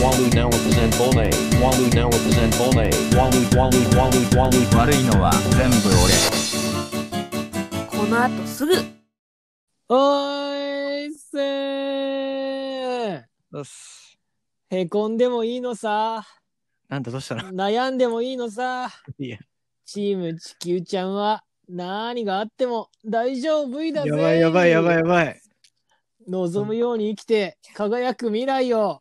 Walu now represent Bole. Walu now represent Bole. Walu, Walu, Walu, Walu. 悪いのは全部俺この後すぐおいっすーうっすへこんでもいいのさなんだどうしたの悩んでもいいのさいやチーム地球ちゃんは何があっても大丈夫だぜ やばいやばいやばいやばい望むように生きて輝く未来を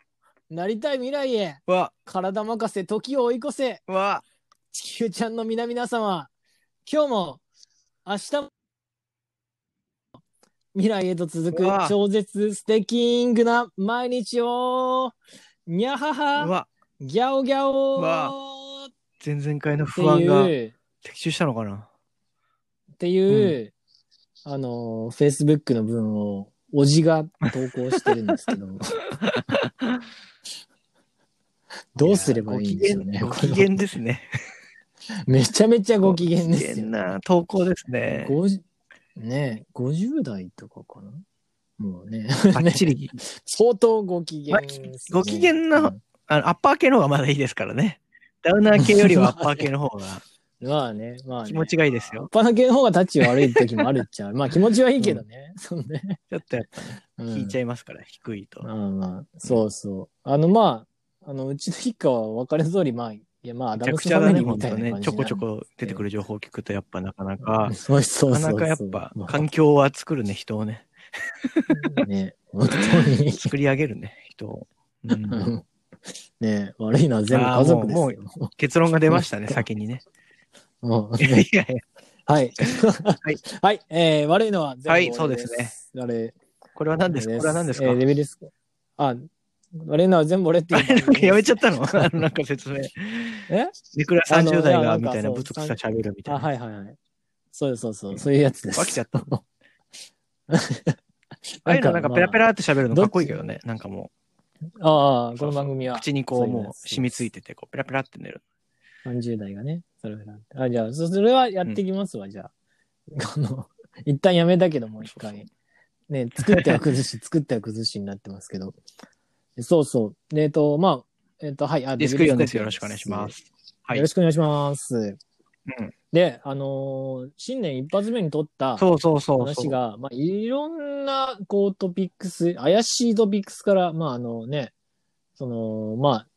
なりたい未来へわ体任せ時を追い越せわ地球ちゃんの皆々様今日も明日も未来へと続くうわ超絶ステキングな毎日をにゃははわギャオギャオうわーっ前々回のて不安がいう的中したのかなっていう、あのー、Facebook の文を、おじが投稿してるんですけ どどうすればいいんでしょうね。ごこ機れは嫌ご機嫌ですねめちゃめちゃ ご機嫌ですご機嫌よ。な投稿ですねごじねえ50代とかかなもうね、バッチリ 相当ご機嫌ですね、ご機嫌なうんあのアッパー系の方がまだいいですからねダウナー系よりはアッパー系の 方がまあね、まあね。気持ちがいいですよパナ系の方がタッチ悪い時もあるっちゃう。まあ気持ちはいいけどね。そうね。ちょっとやっぱうん 引いちゃいますから低いとまあまあ、そうそう。あの、まあ、あの、うちの一家は別れ通り、まあ、いや、まあ、アダめちゃムくスちフゃァだミねリーみ本たい当なね感じちょこちょこ出てくる情報を聞くとやっぱなかなかそうそうなそうそかう。なかやっぱまあ環境は作るね人をねね、本 作り上げるね人を、う 当ん、に。ね我らは全部家族ですよ。結論が出ましたね先 にねうんいやいやはい。はい。 はい。えー、悪いのは全部はい俺そうですね。悪。これはい何ですかこれは何ですか、えーレベルです。あ、悪いのは全部俺ってあいれう。 なんかやめちゃったのあ のなんか説明。えネクラあの30代いやながんかみたいそなうぶつくさ喋るみたいあ、な。はいはいはい。そうそうそう。そういうやつです。飽きち ゃった。ああないうのんなかんかペラペラって喋るのどっかちっこいいけどね。なんかもああ、う。この番組は。口にこうそういうのもですう染みついてて、こうペラペラって寝る。 30代がね、それを選んで。あ、じゃあ、そそれはやっていきますわ、じゃあ。あの、 一旦やめたけど、もう一回。そうね、作っては崩 し、作っては崩しになってますけど。そうそう。でえっと、まあ、えっと、はい、あディスクリオンです。デよビルろスしくコおー願いヒしーま。す。はいよろしくお願いします。うんで、あのー新年一発目に撮ったそうそうそうそ話う。が、まあ、いろんな、こう、トピックス、怪しいトピックスから、まあ、あのね、その、まあ、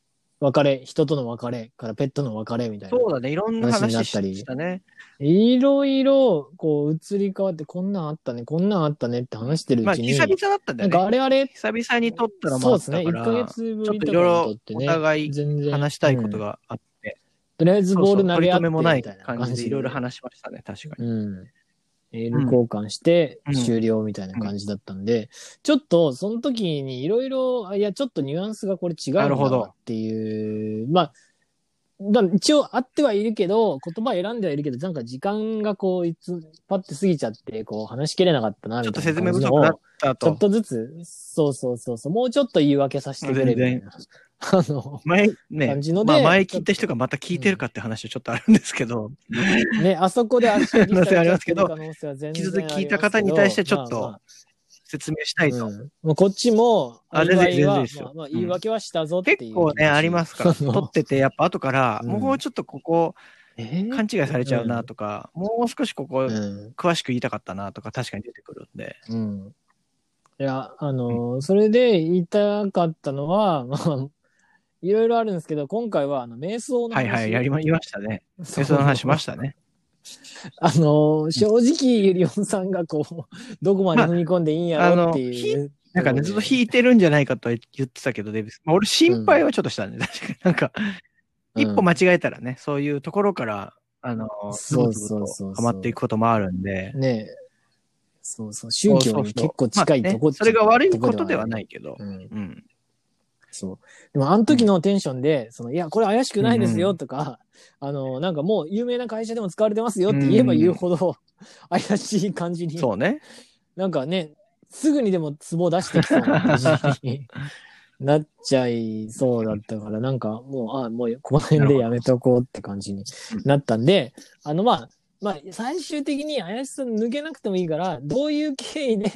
別れ、人との別れからペットの別れみたいな。そうだね。いろんな話にな話っしたりしたね。いろいろ、こう、移り変わって、こんなんあったね、こんなんあったねって話してるまうあ、ち久に、々だったんだなんかよあね。れあれ、久々に撮ったのもそあうっでたすね、から、 1ヶ月ぶりとかにちょっととっいてろいね、ろお互い全然話したいこと、があっうんて、とりあえずボール投取げり合っ留てめもないみたいな感感じじでいろいろ話しましたね、確かに。うん。メール交換してうん終了みたいな感じだったんで、ちょっとその時にいろいろ、あいや、ちょっとニュアンスがこれ違うんだなるほなどっていう、まあ、だ一応あってはいるけど、言葉選んではいるけど、なんか時間がこう、いつ、パッて過ぎちゃって、こう話しきれなかったな、みちょったといな感説明不じ足のだったちょっとと。ずつ、そうそうそうそう、もうちょっと言い訳させてくれみたいな。あの、前、ね、感じのでまあ前聞いた人がまた聞いてるかって話はちょっとあるんですけど、ね、あそこで足引きされちゃってる可能性は全然ありますけど、可能性ありますけど引き続き聞いた方に対してちょっとまあまあ説明したいと。うんもうこっちも、あ全然アリバイは全然ですよまあまあ、うん言い訳はしたぞっていう。結構ね、ありま すから、その撮ってて、やっぱ後から、うんもうちょっとここ、えー勘違いされちゃうなとか、もう少しここ、うん。詳しく言いたかったなとか、確かに出てくるんで。うん。いや、あのーそれで言いたかったのは、まあ、いろいろあるんですけど、今回は、あの、瞑想のは話。いはい、やりま言いましたね。そそうういう話しましたね。 あのー正直、ゆりおんさんがこう、どこまで踏み込んでいいんやろっていう。なんかね、ずっと引いてるんじゃないかとは言ってたけど、デイビス。まあ、俺心配はちょっとしたね。確かになんか、うん一歩間違えたらね、そういうところから、あの、そうそうそうそうずぶずぶとはまっていくこともあるんで。ねえそうそう、宗教に結構近いとまあこねそれが悪いことではないないけど。うんうん。そう。でも、あの時のテンションで、その、いや、これ怪しくないですよとか、あの、なんかもう有名な会社でも使われてますよって言えば言うほど、怪しい感じに、そうね。なんかね、すぐにでもツボ出してきそうな感じ になっちゃいそうだったから、なんかもう、あ、もうこの辺でやめとこうって感じになったんで、あの、まあ、まあ、最終的に怪しさ抜けなくてもいいから、 どういう経緯で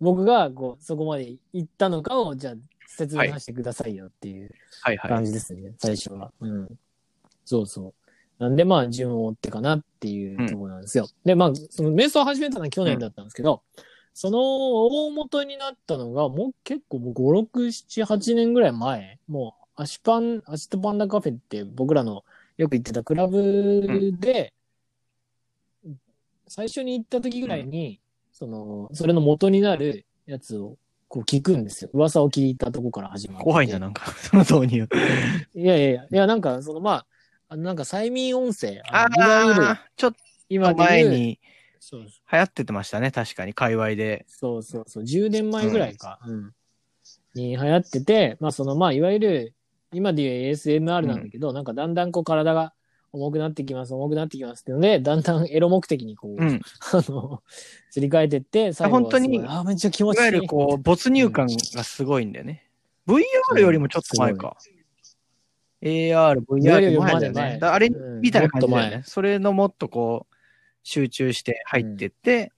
僕がこうそこまで行ったのかを、じゃあ説明させてくださいよっていうはいは感い。じですね、最初は。うん。そうそう。なんで、まあ、順を追ってかなっていうところなんですよ。で、まあ、その瞑想を始めたのは去年だったんですけど、その大元になったのが、もう結構もう5、6、7、8年ぐらい前、もう、アシパン、アシトパンダカフェって僕らのよく行ってたクラブで、最初に行った時ぐらいに、その、それの元になるやつを、こう聞くんですよ。噂を聞いたとこから始まって。怖いな、なんか、 その導入。いやいやいや、いやなんか、そのまあ、あのなんか催眠音声、あのいわゆるああ、ちょっ今とで前いうにそうそう流行っててましたね、確かに、界隈で。そうそうそう、10年前ぐらいか、うんに流行ってて、まあ、そのまあ、いわゆる、今でいう ASMR なんだけど、なんかだんだんこう体が重くなってきます、重くなってきますっていうので、だんだんエロ目的にこう、うあん。の、すり替えてって、最後はすごい本当にあー、めっちゃ気持いちいい。わゆるこう、没入感がすごいんだよね。VR よりもちょっと前か。AR、VR より前だよね。だあれうんみたいな感じもっだとよ前ね。それのもっとこう、集中して入ってって、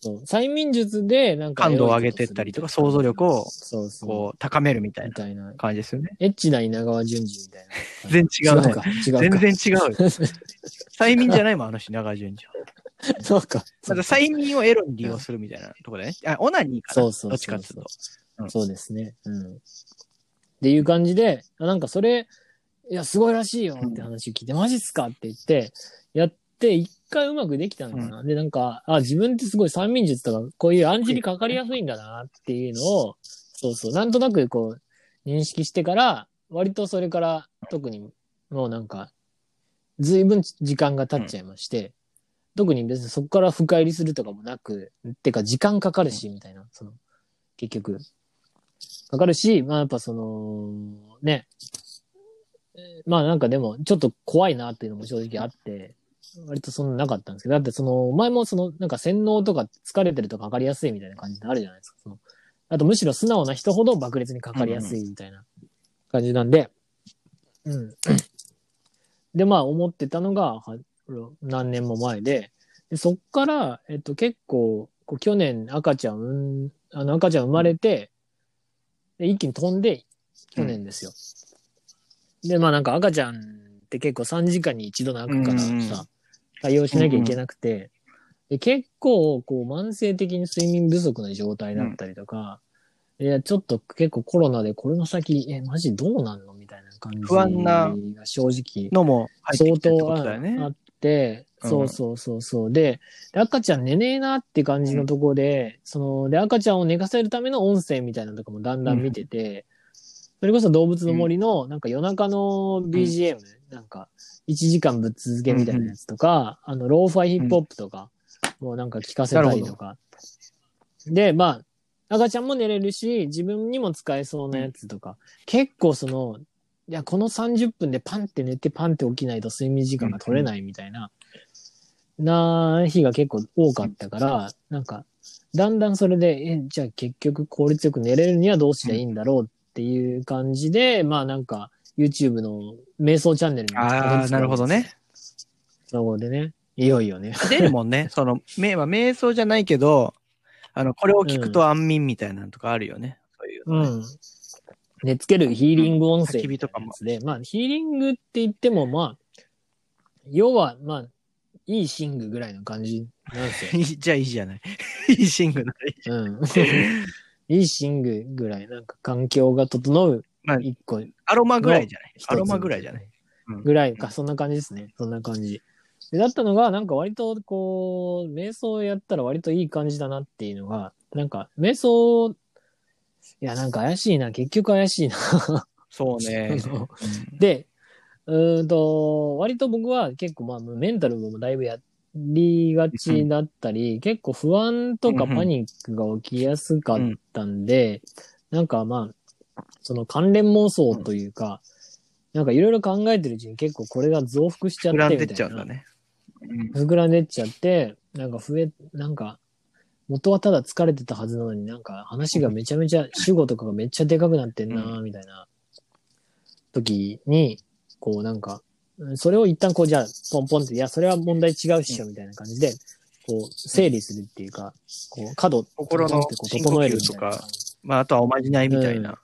そう催眠術で、なんか。感度を上げてったりとか、想像力をそうそうこう、高めるみたいみなたいな。感じですよね。エッチな稲川淳二みたいな。全然違うねか。違う全か。然違うよ。催眠じゃないもん、あの人、長順じゃ。 そうか。ただ催眠をエロに利用するみたいなとこだね。あ、オナニーかな。そうそうそうそうどっちかっていうと。うんそうですね。うん。っていう感じで、あなんかそれ、いや、すごいらしいよって話を聞いて、マジっすかって言って、やって、一回うまくできたのかな。で、なんか、あ、自分ってすごい三民術とか、こういう暗示にかかりやすいんだなっていうのを、そうそう、なんとなくこう、認識してから、割とそれから、特に、もうなんか、ずいぶん時間が経っちゃいまして、特に別にそこから深入りするとかもなく、てか時間かかるし、みたいな、その、結局。かかるし、まあやっぱその、ね、えーまあなんかでも、ちょっと怖いなっていうのも正直あって、割とそんななかったんですけど、だってその、前もその、なんか洗脳とか疲れてるとかかりやすいみたいな感じであるじゃないですか。そのあとむしろ素直な人ほど爆裂にかかりやすいみたいな感じなんで、うん。で、まあ思ってたのが、は何年も前で、でそっから、えっと、結構、こう去年赤ちゃん産ん、あの赤ちゃん生まれて、で一気に飛んで、去年ですよ。で、まあなんか赤ちゃんって結構3時間に一度泣くからさ、うんうん対応しなきゃいけなくて、で結構、こう、慢性的に睡眠不足な状態だったりとか、いや、ちょっと結構コロナでこれの先、え、マジどうなんのみたいな感じ不安なが正直、のも入相ってきてるってこ当とだよね。ああって、うんそうそうそうそう。で、で赤ちゃん寝ねえなって感じのところで、その、で、赤ちゃんを寝かせるための音声みたいなのとかもだんだん見てて、それこそ動物の森の、なんか夜中の BGM、なんか、1時間ぶっ続けみたいなやつとか、あの、ローファイヒップホップとか、もうなんか聞かせたりとか。で、まあ、赤ちゃんも寝れるし、自分にも使えそうなやつとか、結構その、いや、この30分でパンって寝てパンって起きないと睡眠時間が取れないみたいな、な日が結構多かったから、なんか、だんだんそれで、え、じゃあ結局効率よく寝れるにはどうしたらいいんだろうっていう感じで、まあなんか、YouTube の瞑想チャンネルにああ、なるほど。ね。そこでね、いよいよね。出るもんね。 その、めまあ瞑想じゃないけど、あの、これを聞くと安眠みたいなのとかあるよね。そういう。うん。で、つけるヒーリング音声焚き火とかもみたいなやつで、まあ、ヒーリングって言っても、まあ、要は、まあ、いいシングぐらいの感じなんですよ。 いいじゃあいいじゃない。いいシングルならいい。うん。 いいシングぐらい、なんか環境が整うまあ、一個、アロマぐらいじゃない。一つアロマぐらいじゃない。うんぐらいか、そんな感じですね。そんな感じ。でだったのが、なんか割とこう、瞑想やったら割といい感じだなっていうのが、なんか、瞑想、いや、なんか怪しいな、結局怪しいな。そうね。あので、うーんと、割と僕は結構まあメンタルもだいぶやりがちだったり、結構不安とかうんうんパニックが起きやすかったんで、なんかまあ、その関連妄想というか、なんかいろいろ考えてるうちに結構これが増幅しちゃっ膨らてんみでったいちゃうんなだ。ね。膨らんでっちゃって、なんか増え、なんか、元はただ疲れてたはずなのになんか話がめちゃめちゃ、主語とかがめっちゃでかくなってんなーみたいな時に、こうなんか、うんそれを一旦こうじゃあポンポンって、いや、それは問題違うっしょみたいな感じで、こう整理するっていうか、こう角、心のポンポンってこう整えるみ深呼吸たといなか。まあ、あとはおまじないみたいな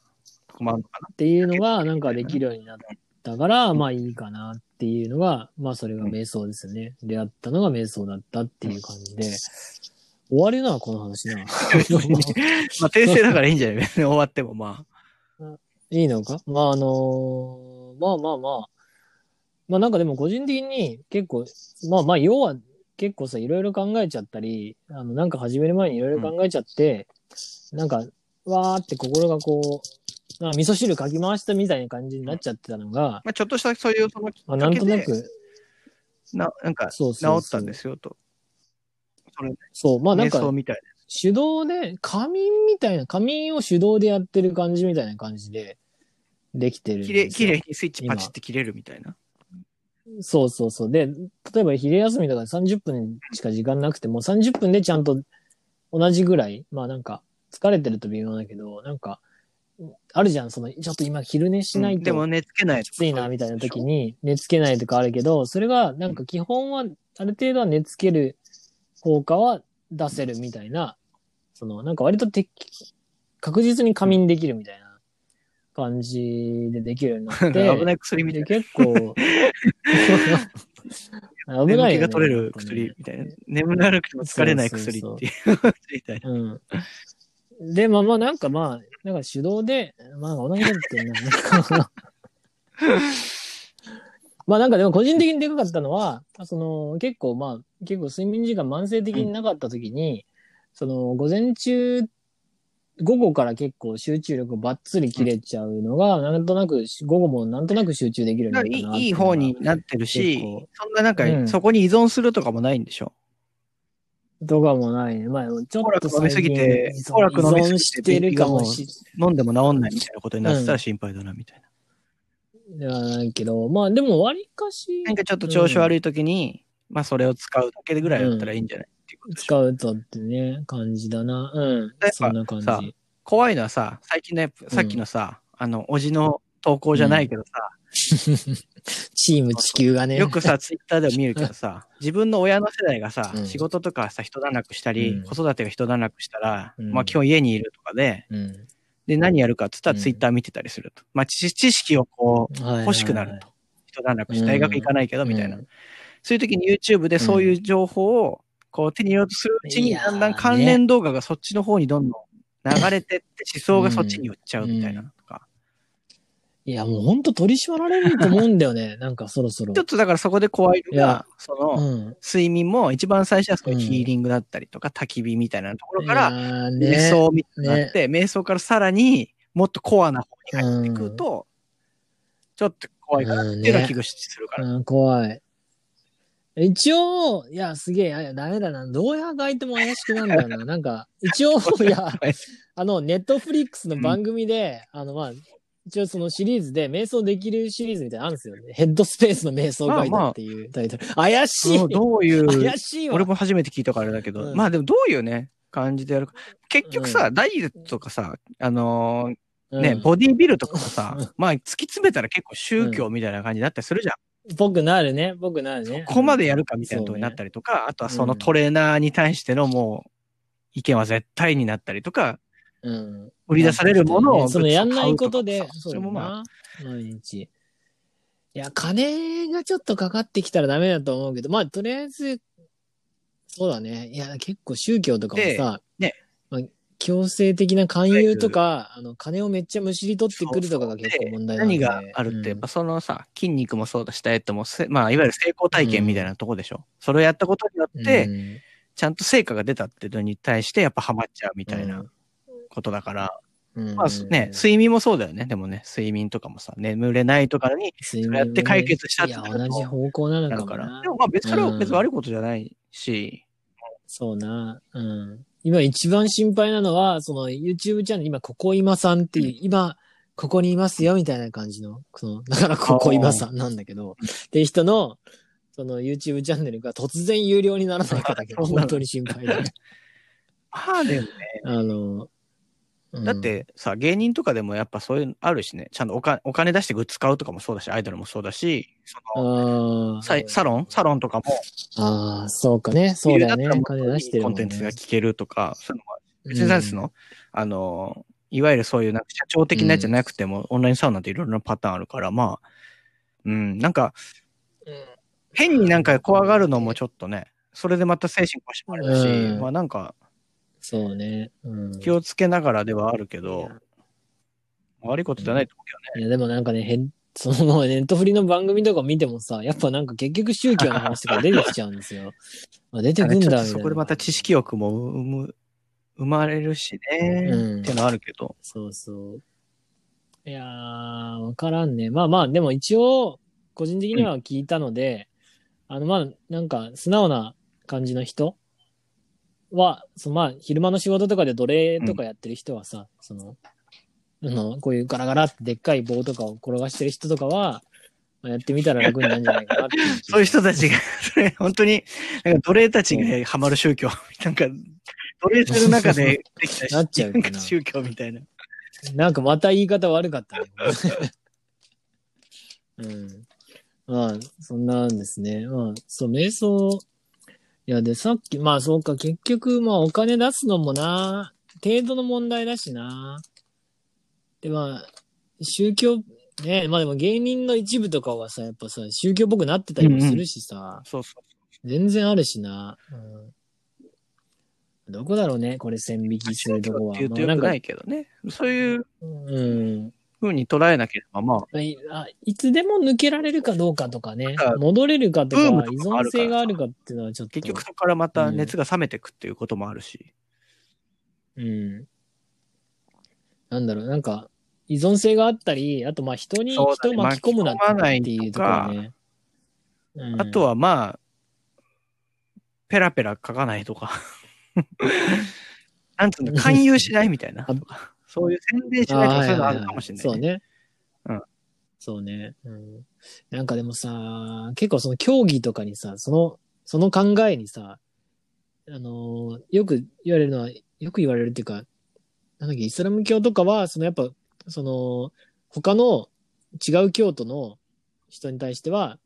とこもあるのかな。っていうのがなんかできるようになったから、まあいいかなっていうのが、まあそれが瞑想ですよね。出会ったのが瞑想だったっていう感じで、終わりな、この話 な。まあ、訂正だからいいんじゃない 別に終わっても、まいいのかまああのーまあまあまあ、まあなんかでも個人的に結構、まあまあ要は結構さ、いろいろ考えちゃったり、あのなんか始める前にいろいろ考えちゃって、なんか、わーって心がこう、なんか味噌汁かき回したみたいな感じになっちゃってたのがあ、、まあ、ちょっとしたそういうそのきっまあ、なかんけとなでく、な、なんか、そうそうそ治うったんですよと。そう、まあなん瞑か想みたい手動で、仮眠みたいな、仮眠を手動でやってる感じみたいな感じでできてるな。んきでれすきよれいにスイッチパチって切れるみたいな。そうそうそう。で、例えば昼休みだから30分しか時間なくても、30分でちゃんと同じぐらい、まあなんか、疲れてると微妙だけど、なんか、あるじゃん、その、ちょっと今昼寝しなういんでもと寝つけないきついな、みたいな時。に、寝つけないとかあるけど、それが、なんか基本は、ある程度は寝つける効果は出せるみたいな、その、なんか割とて確実に仮眠できるみたいな感じでできるようになって、 危ない薬みたいでな。結 構危ないよね、眠気が取れる薬みたいな。眠らなくても疲れない薬っていう。みたいな。うん。で、まあまあなんかまあ、なんか手動で、まあ同じこと言ってんな。なんかまあなんかでも個人的にでかかったのは、その結構まあ、結構睡眠時間慢性的になかった時に、その午前中、午後から結構集中力ばっつり切れちゃうのが、なんとなく、午後もなんとなく集中できるようになっだかたらいなっていいいうのが方になってる結し構、そんななんか、うんそこに依存するとかもないんでしょ。とかもないね。まあ、ちょっとコーラ飲みすぎて依存コーラ飲みすぎて依存してるかもし飲んでも治んないみたいなことになってたら心配だなみたいな。れないけど、まあでも、わりかしなんかちょっと調子悪い時に、まあそれを使うだけぐらいだったらいいんじゃないっていうことでしょ使うとってね、感じだな。うんぱ。そんな感じ。さ怖いのはさ、最近のやっぱさっきのさ、あの、おじの投稿じゃないけどさ、 チーム地球がね。よくさ、ツイッターでも見るけど さ、自分の親の世代がさ、うん仕事とかさ、人段落したり、うん子育てが人段落したら、うんまあ基本家にいるとかで、うん。で、何やるかっつったらうんツイッター見てたりすると。まあ知知識をこう、はい欲しくなると。人段落しうてん大学行かないけど、みたいなうん。そういう時に YouTube でそういう情報をこう手に入れようとするうちいに、やーだんだん関連動画がそっちの方にどんどん流れてって、思想がそっちに寄っちゃうみたいなのとか。いや、もうほんと取り締まられると思うんだよね。 なんかそろそろ。ちょっとだからそこで怖いのいがや、その、うん。睡眠も一番最初はそういううんヒーリングだったりとか、焚き火みたいなところいかやら、ー瞑ね。想みたいになって、瞑想からさらにもっとコアな方に入ってくると、ちょっと怖いかなっていうような気がするから。うん、怖い。一応、いや、すげえ、あいや、ダメだな。どうやがいても怪しくなるんだよな。なんか、一 応、いや、あの、ネットフリックスの番組で、あの、まあ、一応そのシリーズで、瞑想できるシリーズみたいなのあるんですよね。ヘッドスペースの瞑想ガイドっていうタイトル。怪しいそうどういう、怪しいわ俺も初めて聞いたからあれだけど、うんまあでもどういうね、感じでやるか。結局さ、ダイエットとかさ、あのーね、うんボディービルとかもさ、まあ突き詰めたら結構宗教みたいな感じになったりするじゃん。ぽくなるね。ぽくなるね。ここまでやるかみたいなとこになったりとか、あとはそのトレーナーに対してのもう意見は絶対になったりとか、うん。売り出されるものをそのやんないことグでッ、そズを買うとかさそれうだもまあ、な、毎日。いや、金がちょっとかかってきたらダメだと思うけど、まあ、とりあえず、そうだね。いや、結構宗教とかもさ、でねまあ、強制的な勧誘とか、あの、金をめっちゃむしり取ってくるとかが結構問題なんで何があるって、やっぱそのさ、筋肉もそうだし、ダイエットもせ、まあ、いわゆる成功体験みたいなとこでしょ。それをやったことにようんって、うんちゃんと成果が出たっていうのに対して、やっぱハマっちゃうみたいなことだから、うんまあね、睡眠もそうだよね。でもね、睡眠とかもさ、眠れないとかに、睡眠そうやって解決したっていなや、ると同じ方向なのかなるもから。なで。もまあ別にそれは別にうん悪いことじゃないし、そうな。うん。今一番心配なのは、その YouTube チャンネル、今、ここ今さんっていう、今、ここにいますよみたいな感じの、その、だからここ今さんなんだけど、っていう人の、その YouTube チャンネルが突然有料にならないかだけど、 そうな本の当に心配 だ。まあでもね、あの、うんだっ、てさ、芸人とかでもやっぱそういうのあるしね、ちゃんとお金お金出してグッズ買うとかもそうだし、アイドルもそうだし、そのあサイーサロンサロンとかも、あー、そうかね、そうだよね理由、ったらも金出してるコもんンね。テンツが聞けるとか、そういうのもあるし別うにん何すの、あの、いわゆるそういうなんか社長的なやつじゃなくても、オンラインサウナっていろいろなパターンあるから、まあ、うん、なんか、変になんか怖がるのもちょっとね、それでまた精神こしまれるし、うんまあなんかそうね。うん。気をつけながらではあるけど、悪いことじゃないと思うけどね。いや、でもなんかね、へん そのネットフリの番組とか見てもさ、やっぱなんか結局宗教の話とか出てきちゃうんですよ。あ出てだくからんだみねちょたっいとな。そこでまた知識欲も生む生まれるしね、うんってのあるけど。そうそう。いやー、わからんね。まあまあ、でも一応、個人的には聞いたので、あの、まあ、なんか、素直な感じの人は、そのまあ、昼間の仕事とかで奴隷とかやってる人はさ、その、あの、こういうガラガラってでっかい棒とかを転がしてる人とかは、まあやってみたら楽になるんじゃないかなって。 そういう人たちが、それ本当に、なんか奴隷たちがハマる宗教、 なんか、奴隷する中でできたしなっちゃうかななんか宗教みたいな。 なんかまた言い方悪かった ね。うん。まあ、そんなんですね。まあ、そう、瞑想。いや、で、さっき、まあ、そうか、結局、まあ、お金出すのもな、程度の問題だしな。で、まあ、宗教、ね、まあでも芸人の一部とかはさ、やっぱさ、宗教っぽくなってたりもするしさ。そうそう。全然あるしな。うん、どこだろうね、これ線引きすると宗教こっは。て言うとまあよなくんなかいけどね。そういううん風に捉えなければ、まあ、いあ。いつでも抜けられるかどうかとかねなんか、戻れるかとか、依ブームとかもある存から性があるかっていうのはちょっと。結局そこからまた熱が冷めてくっていうこともあるし。うん。なんだろう、なんか、依存性があったり、あと、まあ、人に、そうだね人を巻き込むなっていうところね。うんあと、はまあ、ペラペラ書かない とか。なんつうの、勧誘しないみたいな。あそういう宣伝しないとかそういうのあるかもしれない。そうね。うん。そうね。うん。なんかでもさ、結構その競技とかにさ、その、その考えにさ、あのーよく言われるのは、よく言われるっていうか、なんだっけ、イスラム教とかは、そのやっぱ、その、他の違う教徒の人に対しては、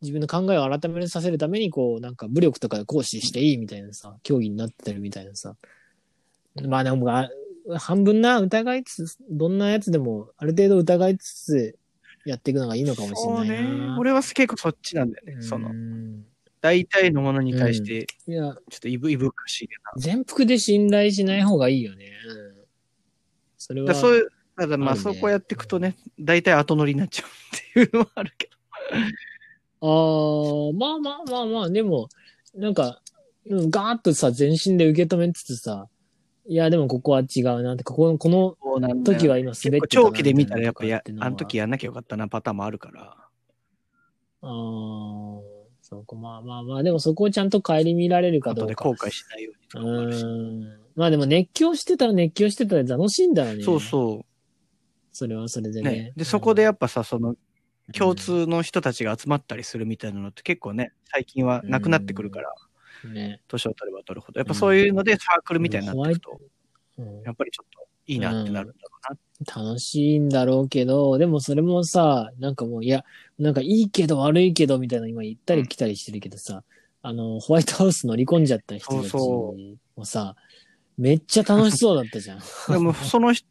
自分の考えを改めさせるために、こう、なんか武力とかで行使していいみたいなさ、競技になってるみたいなさ。まあでも、あ半分な疑いつつ、どんなやつでも、ある程度疑いつつやっていくのがいいのかもしれそなういな。ね。俺は結構そっちなんだようね。んその、大体のものに対して、いや、ちょっといぶいぶかしいな。全幅で信頼しない方がいいよね。うん。それだは。からそういう、ただまああるねそこやっていくとね、大体後乗りになっちゃうっていうのはあるけあーまあまあまあまあ、でも、なんか、うんガーッとさ、全身で受け止めつつさ、いや、でもここは違うなって、ここの、このど。そうなん時は今滑って結構たな長期で見たらやっぱやみ、たあいなのとかって時いうやんなきゃよかったなパターンもあるから。のは。ああ、そこ、まあまあまあ、でもそこをちゃんと顧みられるかど後うでか。後悔しないようにとうかもあるし。ん。まあでも熱狂してたら熱狂してたら楽しいんだよね。そうそう。それはそれでね。ね、でそこでやっぱさその共通の人たちが集まったりするみたいなのって結構ね最近はなくなってくるから、うん、ね。年を取れば取るほどやっぱそういうのでサークルみたいになっていくと、うんやっぱりちょっといいなってなるんだろうな、楽しいんだろうけど、でもそれもさ、なんかもう、いや、なんかいいけど悪いけどみたいな今行ったり来たりしてるけどさ、あの、ホワイトハウス乗り込んじゃった人たちそもさ、めっちゃ楽しそうだったじゃ ん。で もその人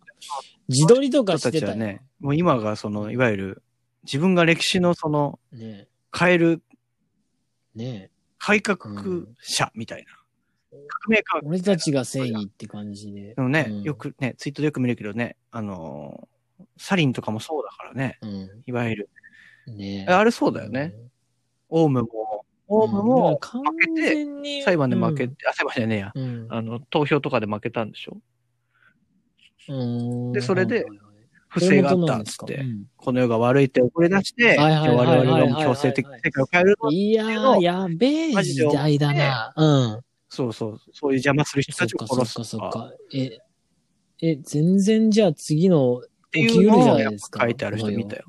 自撮りとかしたてちたはよ。ねねもう今がそのいわゆる自分が歴史のそのね変えるね改革者みたいな、革命家俺たちが正義って感じで。のね、うんよ。くねツイートでよく見るけどねあのーサリンとかもそうだからねうん。いわゆるねあれそうだよね、。オウムもうんオウムも、だから完全に裁判で負けて、あ、裁判じゃねえや。うん。あの、投票とかで負けたんでしょうんでそれで、不不正正があがあっったたっんつすっかて、うんこの世が悪いって怒り出して、はいはいはいはい我々がもう強制的に世界を変えるの。いやー、やべえマジで時代だな。うん。そうそう、そういう邪魔する人そたっちをかそっ殺すかそとっかか。え、え、全然じゃあ次の、っていう起きうるじのゃをなやいっですかぱ書いてある人見たよ。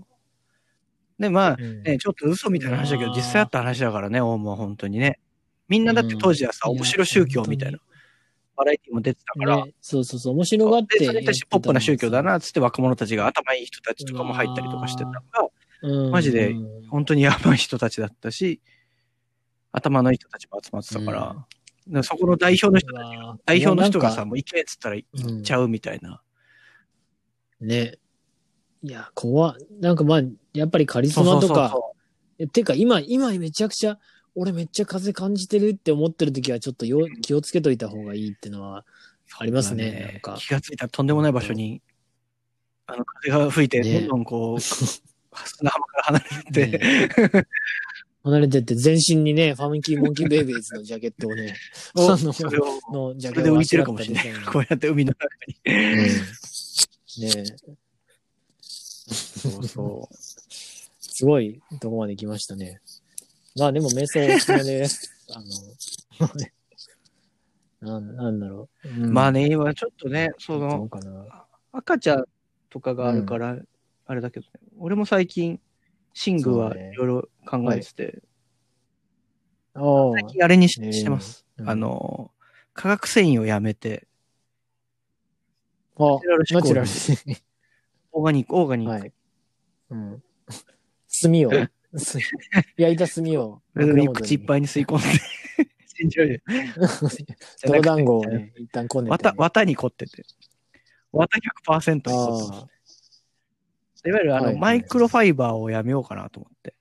で、まあ、ね、ちょっと嘘みたいな話だけうど、わー実際あった話だからね、オウムは本当にね。みんなだって当時はうさ、ん面白宗教みたいいやな、バラエティも出てたから、ね、そうそうそう、面白がってでやそっれてたのにに対しさ。てポップな宗教だなっつって若者たちが頭いい人たちとかも入ったりとかしてたから、うん。マジでうん本当にやばい人たちだったし、頭のいい人たちも集まってたうから、んだからそこの代表の人、うわー代表の人がいやさ、なんかもう行けっつったら行うんっちゃうみたいな。ね。いや、怖っなんかまあ、やっぱりカリスマとか、えてか今、今めちゃくちゃ、俺めっちゃ風感じてるって思ってる時はちょっとよ気をつけといた方がいいってのはありますね、なんか。気がついたらとんでもない場所に、あの、風が吹いて、ねどんどん こう、砂浜から離れて、離れてって全身にね、ファミキーモンキーベイビーズのジャケットをね、おあのそれを、のジャそケッれでトを浮いてるかもしれない。こうやって海の中に。ねえそうそう。すごいとこまで来ましたね。まあでも、瞑想おすすめです。 あの、 なんなんだろう。うんまあ、ね、今ちょっとね、そどうの、かな。赤ちゃんとかがあるから、あれだけどね、俺も最近、寝具そはうねいろいろ考えてて、お最近あれにしねしてます。うんあの、化学繊維をやめて、お。あ、ナチュナチュララルル思考オーガニック、オーガニック。はい。うん。炭を、 炭焼いた炭を、それに口いっい。ぱいに吸い込 んで、死んじゃうよ。泥団子をね、一旦こねて。綿、綿に凝ってて。綿100%に凝ってああ。ていわゆるあの、はいはいマイクロファイバーをやめようかなと思って。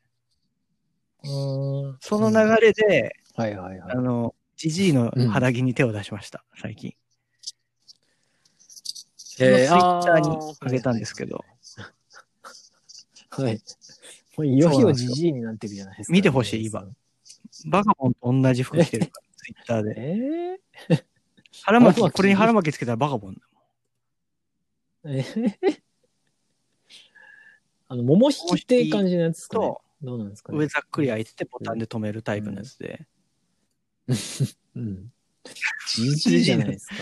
うーんその流れで、はいはいはいあ。の、ジジイの肌着に手を出しました、最近。えツイッターにあげたんですけど、はい。もういよいそうなよんですじよじいになってるじゃないですか。見てほしい今。バカボンと同じ服着てるから、 ツイッターで。えー、腹腹巻き、巻きこれに腹巻きつけたらバカボンだえーあの、桃引きって感じのやつですか、ね、と、どうなんですかね上ざっくり開いててボタンで止めるタイプのやつで、うん。じじいじゃないですか。も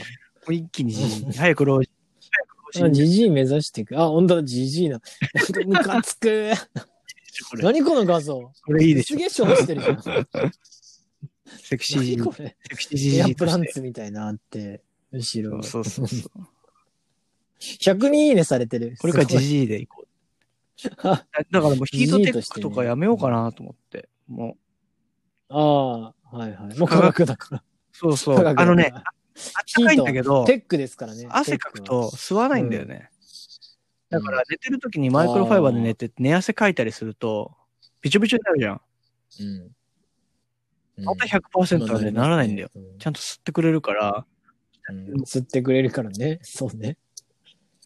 う一気にジジイに、早く老人、早くあ老人じじい目指していく。あ、本当だ、じじいな。 なんかムカつく。 これ、何この画像。これいいでしすょ。げえ勝負してるじゃん。セクシージジイ何これ。セクシージエジアイプとラしンて。ツみたいなあって、後ろ。そうそうそう。 100人いいねされてる。これからじジじい。ジイでいこう。あ だからもうヒートジテジイとッしクてねとかやめようかなと思って。もあー、はいはい。もう科学だから。う、そうそ科う。学だからあのね、あったかいんだけど、テックですからね。汗かくと吸わないんだよね。うだんから寝てる時にマイクロファイバーで寝て寝汗かいたりすると、びちょびちょになるじゃん。テックは。うん。また100%はね、ならないんだよ。うん。ちゃんと吸ってくれるから、うん吸ってくれるからね。そうね。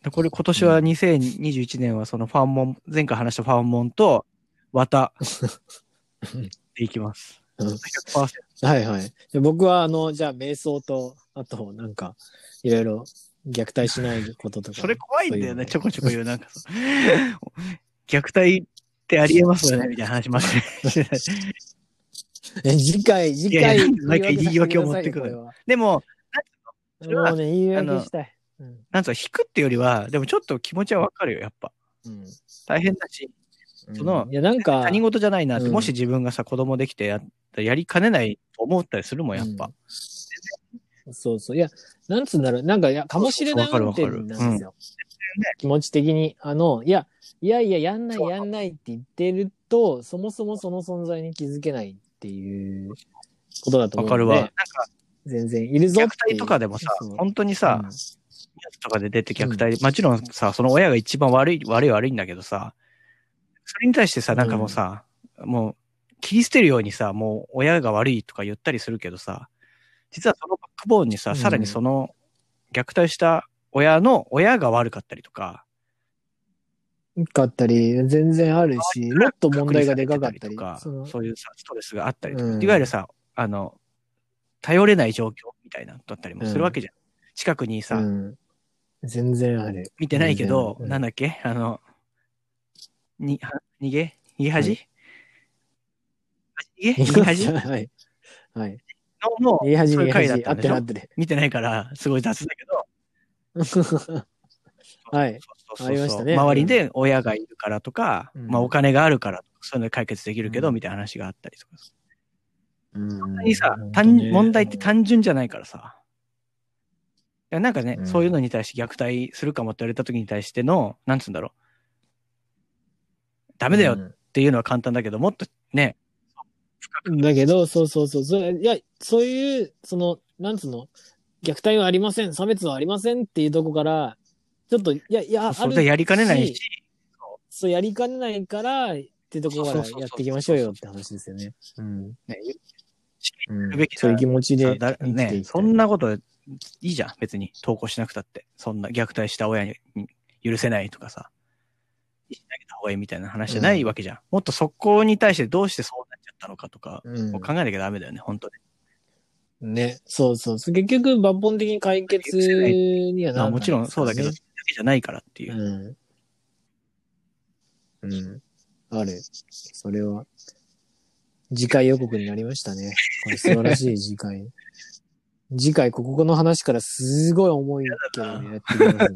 でこれ今年は2021年はそのファンモン、前回話したファンモンと綿でいきます。うん100%。はいはい。で僕は、あの、じゃあ、瞑想と、あと、なんか、いろいろ虐待しないこととか。それ怖いんだよね、ちそうょこちょこ言う。 なんかさ、虐待ってありえますよね、みたいな話まして。いうのえ次回、次い回やいや、毎回言い訳を持ってくる言い訳 でも、させてくそれださいよ。こはれはもうね、言い訳したい。うん。なんつうの、引くってよりは、でもちょっと気持ちはわかるよ、やっぱ。うん大変だし、そのいや、なんか、他人事じゃないなって、うんもし自分がさ、子供できてやったらやりかねないと思ったりするもん、やっぱ。そうそう。いや、なんつうんだろう。なんか、いや、かもしれないそうそう運わかる転わかるなんですよ。気持ち的に、あの、いや、いやいや、やんない、やんないって言ってると、そもそもその存在に気づけないっていうことだとわ、思うかのるで。わ。なんか、全然いるぞ虐ってい待うとかでもさそう、本当にさ、うんやつとかで出て虐待、もちろんさ、その親が一番悪い、悪い悪いんだけどさ、それに対してさ、なんかもうさ、もう、切り捨てるようにさ、もう親が悪いとか言ったりするけどさ、実はそのバックボーンにさ、うんさらにその虐待した親の親が悪かったりとか、かったり、全然あるし、もっと問題がでかかった隔り。離さそれのてたりとか、そういうさ、ストレスがあったりとか、うんいわゆるさ、あの、頼れない状況みたいなのだったりもするわけじゃん。近くにさ、うん全然ある。見てないけど、うんなんだっけあの、に、は逃げ逃げ恥、は逃げ逃げ恥 のはい。はい。も言い恥、そ言ういいう回だっ恥。たあっんでてしょるあってる。見てないから、すごい雑だけど。 はいそうそうそうそうありましたね周りで親がいるからとか、うんまあお金があるからとか、そういうので解決できるけど、うんみたいな話があったりとか。本本当にさ、単問題って単純じゃないからさ。いやなんかね、うんそういうのに対して虐待するかもって言われた時に対しての、なんつうんだろう。ダメだよっよ。ていうのは簡単だけど、もっとね、だけど、そうそうそう。そういや、そういう、その、なんつうの、虐待はありません、差別はありませんっていうとこから、ちょっと、いや、いや、それでやりかねないし、そう、やりかねないから、ってところかそうらそうそうそうやっていきましょうよって話ですよね。うん。ねうんるべきだそういう気持ちでさだ生きていね、きたそいんなこといいじゃん、別に。投稿しなくたって。そんな虐待した親に許せないとかさ、投げた方がいいみたいな話じゃないわけじゃん。もっとそこに対してどうしてそうなっちゃったのかとか、うんもう考えなきゃダメだよね、本当に。ね、そうそうそう。結局、抜本的に解決にはならなまあい、もちろんそうだけど、だ。けじゃないからっていうう。ん。うん。ある。それは、次回予告になりましたね。これ素晴らしい次回。 次回、ここの話からすごい重いけどね、やって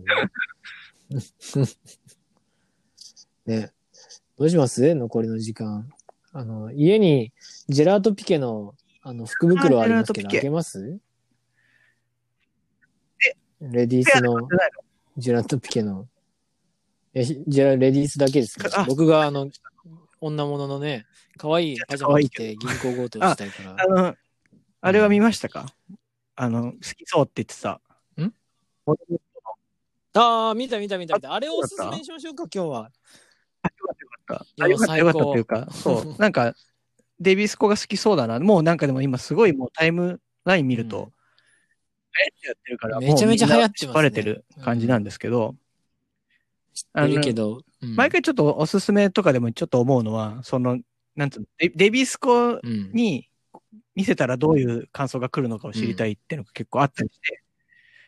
みますね。 ね。どうします残りの時間。あの、家にジェラートピケの、あの、福袋ありますけど、あジェラートピケ開けますレディースの。ジェラートピケの。え、ひジェラ、レディースだけですねあ。僕があの、女物のね、可愛いパジャマ着て銀行強盗したいから。あの、あれは見ましたか、あの、好きそうって言ってた。んモデルああ、見た見た見た見た。あれをそうおだっすたすめにしましょうか、今日は。あよかったいよやもかうったというか、 そう。なんか、デビスコが好きそうだな。もうなんかでも今すごいもうタイムライン見るうんと、流行っちゃってるから、めちゃめちゃ流行ってますねもうみんなバレてる感じなんですけど、あいのるけど。うん毎、回ちょっとおすすめとかでもちょっと思うのは、その、なんつうの、デデビスコうん、に見せたらどういう感想が来るのかを知りたいっていうのが結構あったりして、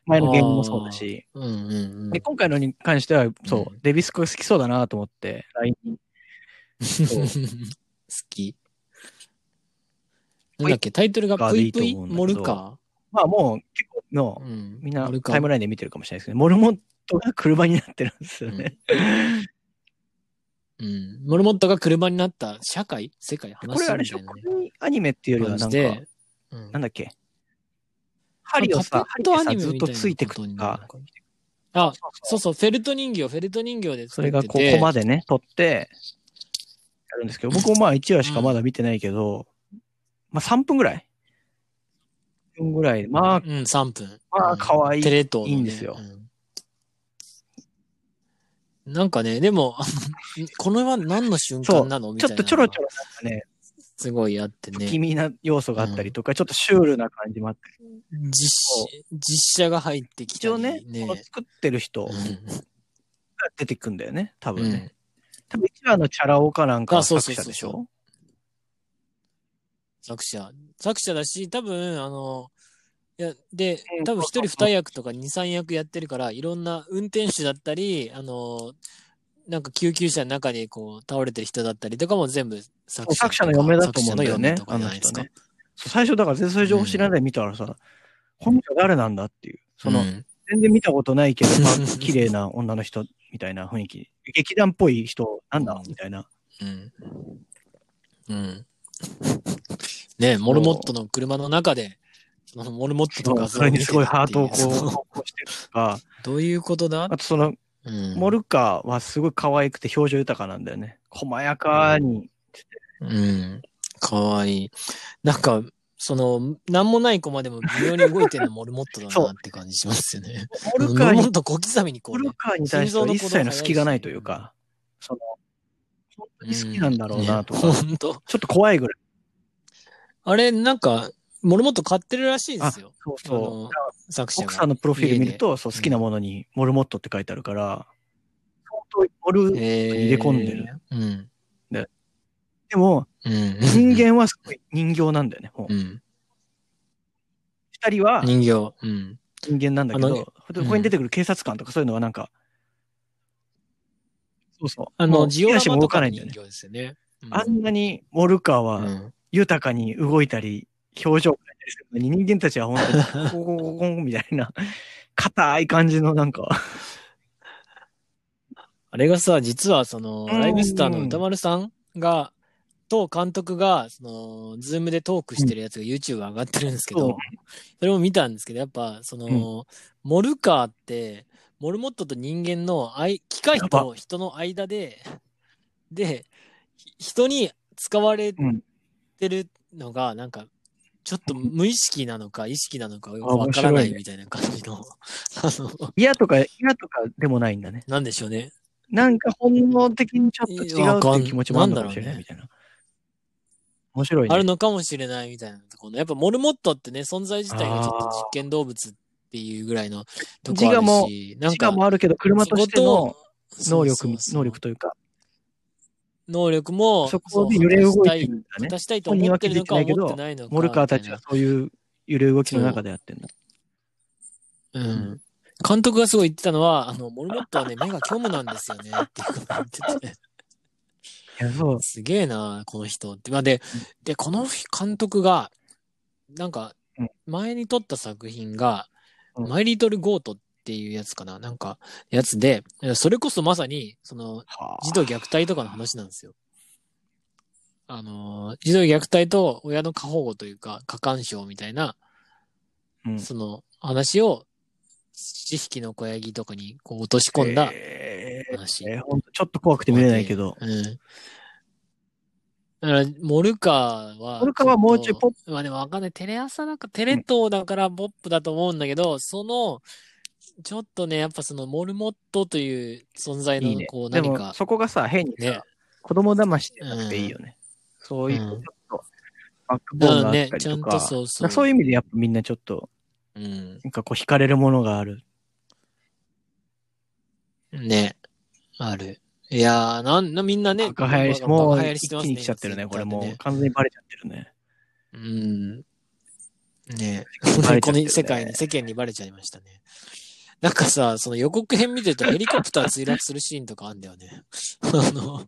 前のゲームもそうだし、うんう んうんで、今回のに関しては、そう、うデビスコが好きそうだなと思って、LINE に。好き。なんだっけ、タイトルがプイプイモルカまあもう、結構のー。、うんみんなモルカタイムラインで見てるかもしれないですけど、モルモットが車になってるんですよね。うん。モルモットが車になった社会世界話これあれでみしたょ、いなね国アニメっていうよりはな話んか、で。うんなんだっけ、針をパさ、ペッ針トでアニさ、メずっみとたいなついてくことか、とになるのかな。あ、そううそう、フェルト人形、フェルト人形でそ作っれてて。がここまでね、撮って、やるんですけど、僕もまあ1話しかまだ見てないけど、まあ3分ぐらい ?3 分ぐらい。まあ、うん、3分。まあ、可愛いテレ東のね、いいんですようんなんかね、でも、あ のこのは何の瞬間なのみたちいょっな。とちょろちょろなんかね、すごいあってね。不気味な要素があったりとか、ちょっとシュールな感じもあったり。実写、実写が入ってき一た応りね、この作ってる人うがん出てくんだよね、多う分ね。ん多分一話のチャラ男かなんかあのそう作そうそう者でしょ作者。作者だし、多分、あの、いや、でう、ん多分一そうそう人二役とか二三役やってるから、いろんな運転手だったり、あの、なんか救急車の中にこう倒れてる人だったりとかも全部作者とか。作者の嫁だと思うんだよね作者の嫁とかじゃないですかあの人ねそう最初だから全然そういう情報知らないで見たらさ、この人誰なんだっていう。その、うん全然見たことないけど、まあ、 綺麗な女の人みたいな雰囲気。劇団っぽい人、なんだみたいな。うん。うん。ねえモルモットの車の中で、そのモルモットとかそれにすごいハートをこ、そうの投稿してるとか、どういうことだあとその、うんモルカーはすごい可愛くて表情豊かなんだよね。細やかに。うん。かわいい。なんか、その、なんもない子までも微妙に動いてるのモルモットだなって感じしますよね。モルカモールにモット小刻みにこモう、ねル。カーに対しては一切の隙がないというか、その、本当に好きなんだろうなとか、うんね本当ちょっと怖いぐらい。あれ、なんか、モルモット買ってるらしいですよ。そうあのそう。作者奥さが。んのプロフィール見ると、そう、好きなものにモルモットって書いてあるから、相当モル、えでー入れ込んでる。うん。も、うん。人間はすごい人形なんだよね、もうう。ん。二人は人形。うん。人間なんだけど、あほのねんとここに出てくる警察官とかそういうのはなんか、そうそう。あもの、うジオラ手足マも動とかかのないんだよ人ね。形ですよね。うんあんなにモルカーは、うん豊かに動いたり、表情を変えたりするのに、人間たちは本 当に、こうこうこうみたいな、硬い感じのなんか、あれがさ、実はその、うんライブスターの歌丸さんが、と監督が、その、ズームでトークしてるやつが YouTube 上がってるんですけど、そうそれも見たんですけど、やっぱ、その、モルカーって、モルモットと人間の愛、機械やと人の間で、で、ひ人に使われうんてるのが、なんか、ちょっと無意識なのか意識なのかわからないみたいな感じの、あの、嫌とか、嫌とかでもないんだね。なんでしょうね。なんか本能的にちょっと違うっていう気持ちもあるのかもしれないいやわかんみたいな。面白いね。あるのかもしれないみたいなところの。やっぱモルモットってね、存在自体がちょっと実験動物っていうぐらいのとこ自我あもるし、なん時か間、もあるけど、車としての能力み、そうそうそう能力というか、能力も、そこで揺れ動いてるんだ果ね。たしたいと思ってるのか本人は気づ思いてないけどってないのか。モルカーたちはそういう揺れ動きの中でやってるんだ。うん。監督がすごい言ってたのは、あの、モルモットはね、目が虚無なんですよね、っていうことを言ってて。いや、そう。すげえな、この人って。まあ、で、で、この監督が、なんかうん、前に撮った作品が、うんマイリトルゴートっていうやつかな、なんか、やつで、それこそまさに、その、は児童虐待とかの話なんですよ。あのー、児童虐待と親の過保護というか、過干渉みたいな、うんその話を、知識の小ヤギとかにこう落とし込んだえ話。ーえーほんとちょっと怖くて見れないけど、うん。だから、モルカーは。モルカーはもうちょいポップ。まあでもわかんない。テレ朝なんか、テレ東だからポップだと思うんだけど、その、ちょっとね、やっぱそのモルモットという存在のいいねこう。で何も、か、そこがさ、変にねさ、、子供騙しってなくていいよね。そういう、ちうょっんと、バックボーンがあうっんねたりちゃとんか、とそうそうだからそういう意味でやっぱみんなちょっと、うん。なんかこう惹かれるものがある。ね、ある。いやー、なん、なみんなね、バカ流行りし、バカもうバカ流行り一してます気に来ちゃってるね、今これ Twitter もでう完全にバレちゃってるね。うん。ねバレちゃってるねこの世界に、世間にバレちゃいましたね。なんかさ、その予告編見てるとヘリコプター墜落するシーンとかあんだよね。あの、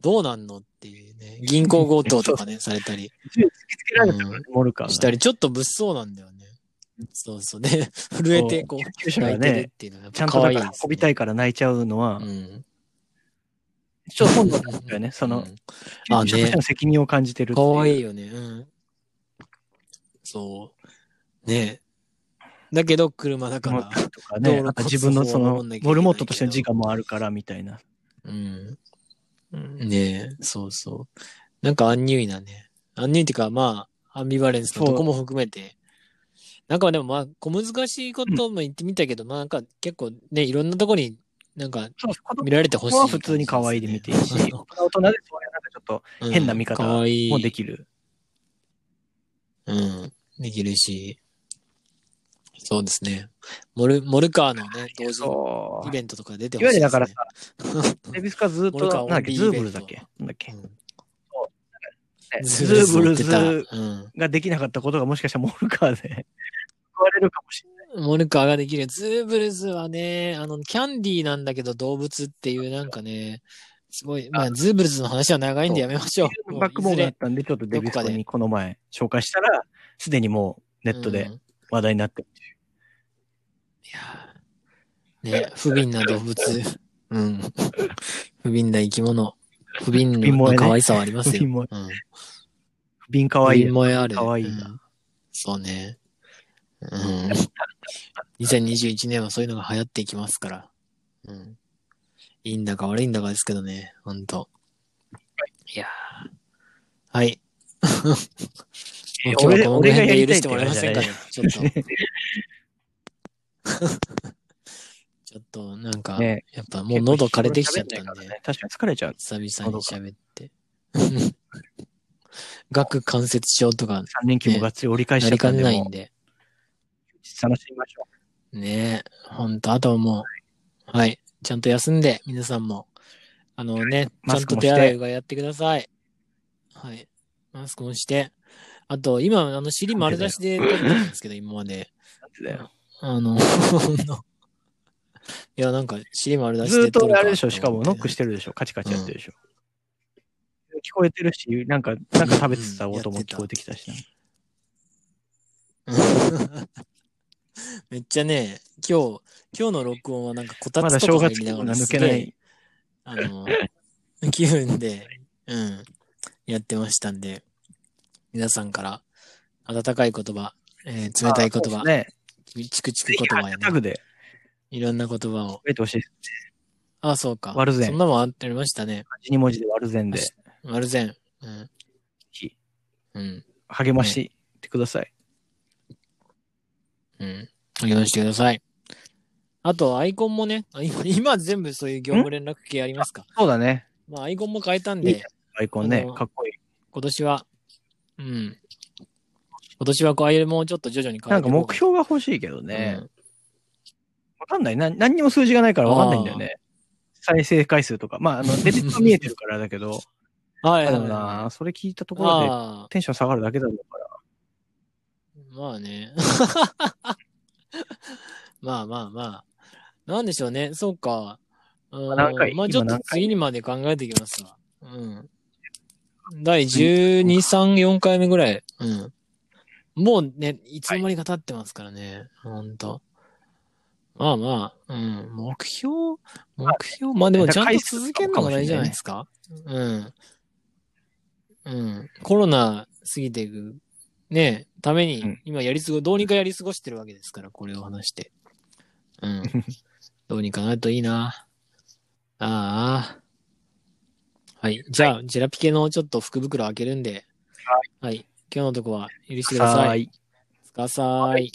どうなんのっていうね。銀行強盗とか ね、されたり突きつけられたからね、モルカーしたが。り、ちょっと物騒なんだよね。そうそうね。震えて、こう、救急車泣がいてるねっ、ていうのがやっちゃぱんと可だ愛いかです、らね。運びたいから泣いちゃうのはう、ん。ちょっと本能なんだよね、その、うんあ救急ね車の責任を感じてるってかいう。わいいよね。うん。そう。ねえだけど、車だかモルらカ。ーとか道ね、路あと自分のその交通法を守んなきゃいけないけ、どモルモットとしての自我もあるからみたいな。うん。ねえ、そうそう。なんかアンニュイなね。アンニュイっていうか、まあ、アンビバレンスのとこも含めて。なんかでもまあ、小難しいことも言ってみたけど、まあなんか結構ね、いろんなとこに、なんかそう、子供見られてほしいは普通に可愛いで見ていいし、大人でそういうなんかちょっとうん変な見方かわいいもできる。うん。できるし。そうですね。モル、モルカーのね、同時そイベントとか出てう。ほしいでいわゆるだすからねさ、デビスカずっモと、ルカーなんだっけ、オンリーズーイベントブルだっけなんだっけうねんズーブルズーブルズズうんができなかったことがもしかしたらモルカーで救われるかもしれない。モルカーができる。ズーブルズはね、あの、キャンディーなんだけど動物っていうなんかね、すごい、まあ、ズーブルズの話は長いんでやめましょう。もうバックボーンがあいっずたんで、ちょっとデビスカどこかでにこの前紹介したら、すでにもうネれットでうん話題になってる。いやーね、不憫な動物。 うん。不憫な生き物。不憫不憫萌えのね可愛さはあります不よ。憫も、うん。不憫可愛い不憫。萌えある。可愛いなうんそうね。うん。2021年はそういうのが流行っていきますから。うん。いいんだか悪いんだかですけどね、ほんと。いやーはい。もう今日はこの俺辺がやで許しりたいってても言らわえれまたせんじゃかないね。ちょっと。 ちょっと、なんか、ねやっぱもう喉枯れてきちゃったん結構喋んなでいから。ね確かに疲れちゃう。久々に喋って。 顎関節症とか3連休もがっつり折り返しなちゃりったかんねで、ないもんうで。楽しみましょねえ、ほんと、あとはもう、はい、ちゃんと休んで、皆さんも、あのね、ちゃマんスとクもして手洗いがやってください。はい、マスクもして、あと、今、あの、尻丸出しで撮ってたんですけど、今まで。う。なんてだよあの、 ほんのいや、なんか、尻丸出しずーでっと撮るか俺あれでしょ、しかもノックしててるでしょ、カチカチやってるでしょ。聞こえてるし、なんか、なんか食べてた音も聞こえてきたしな。思って。 めっちゃね、今日、今日の録音はなんか、こたまだつと正か月入り気なが分らが抜すけげなえい。あの、 気分で、うん、やってましたんで、皆さんから、温かい言葉、えー冷たい言そう葉、ですね。チクチクぜ言ひハ葉ッシやュタね、グでいろんな言葉を。増えてほしいです。あ、そうか。割るぜんそんなもんあってましたね。 2文字で割るぜんで、丸善。うん。ひうん。励ましってください。うん。励ましてください。あと、アイコンもね、あ今今全部そういう業務連絡系ありますか。そうだね。まあ、アイコンも変えたんいいで、アイコンねあの、かっこいい。今年は、うん。今年はこういうもうちょっと徐々に変えてなんかいこう目標が欲しいけどなねう。んわかんない。な何にも数字がないからわかんないんだよね。再生回数とか。まあ、あ の、レビット見えてるからだけど。はいあはいではいもな、それ聞いたところでああ、テンション下がるだけだろうから。まあね。 まあまあまあ。なんでしょうね。そうか。うん何回まあちょっと今何回次にまで考えていきますわ。うん。第12、3、4回目ぐらい。うん。もうね、いつの間にか経ってますからね。ほんと。まあまあ、うん。目標、目標、まあでもちゃんと続けるのが大事じゃないですか。うん。うん。コロナ過ぎていく、ね、ためうにん、今やり過ご、どうにかやり過ごしてるわけですから、これを話して。うん。 どうにかなるといいな。ああ。はい。じゃあ、ジェラピケのちょっと福袋開けるんで。はい。今日のとこは許してください。い。ください。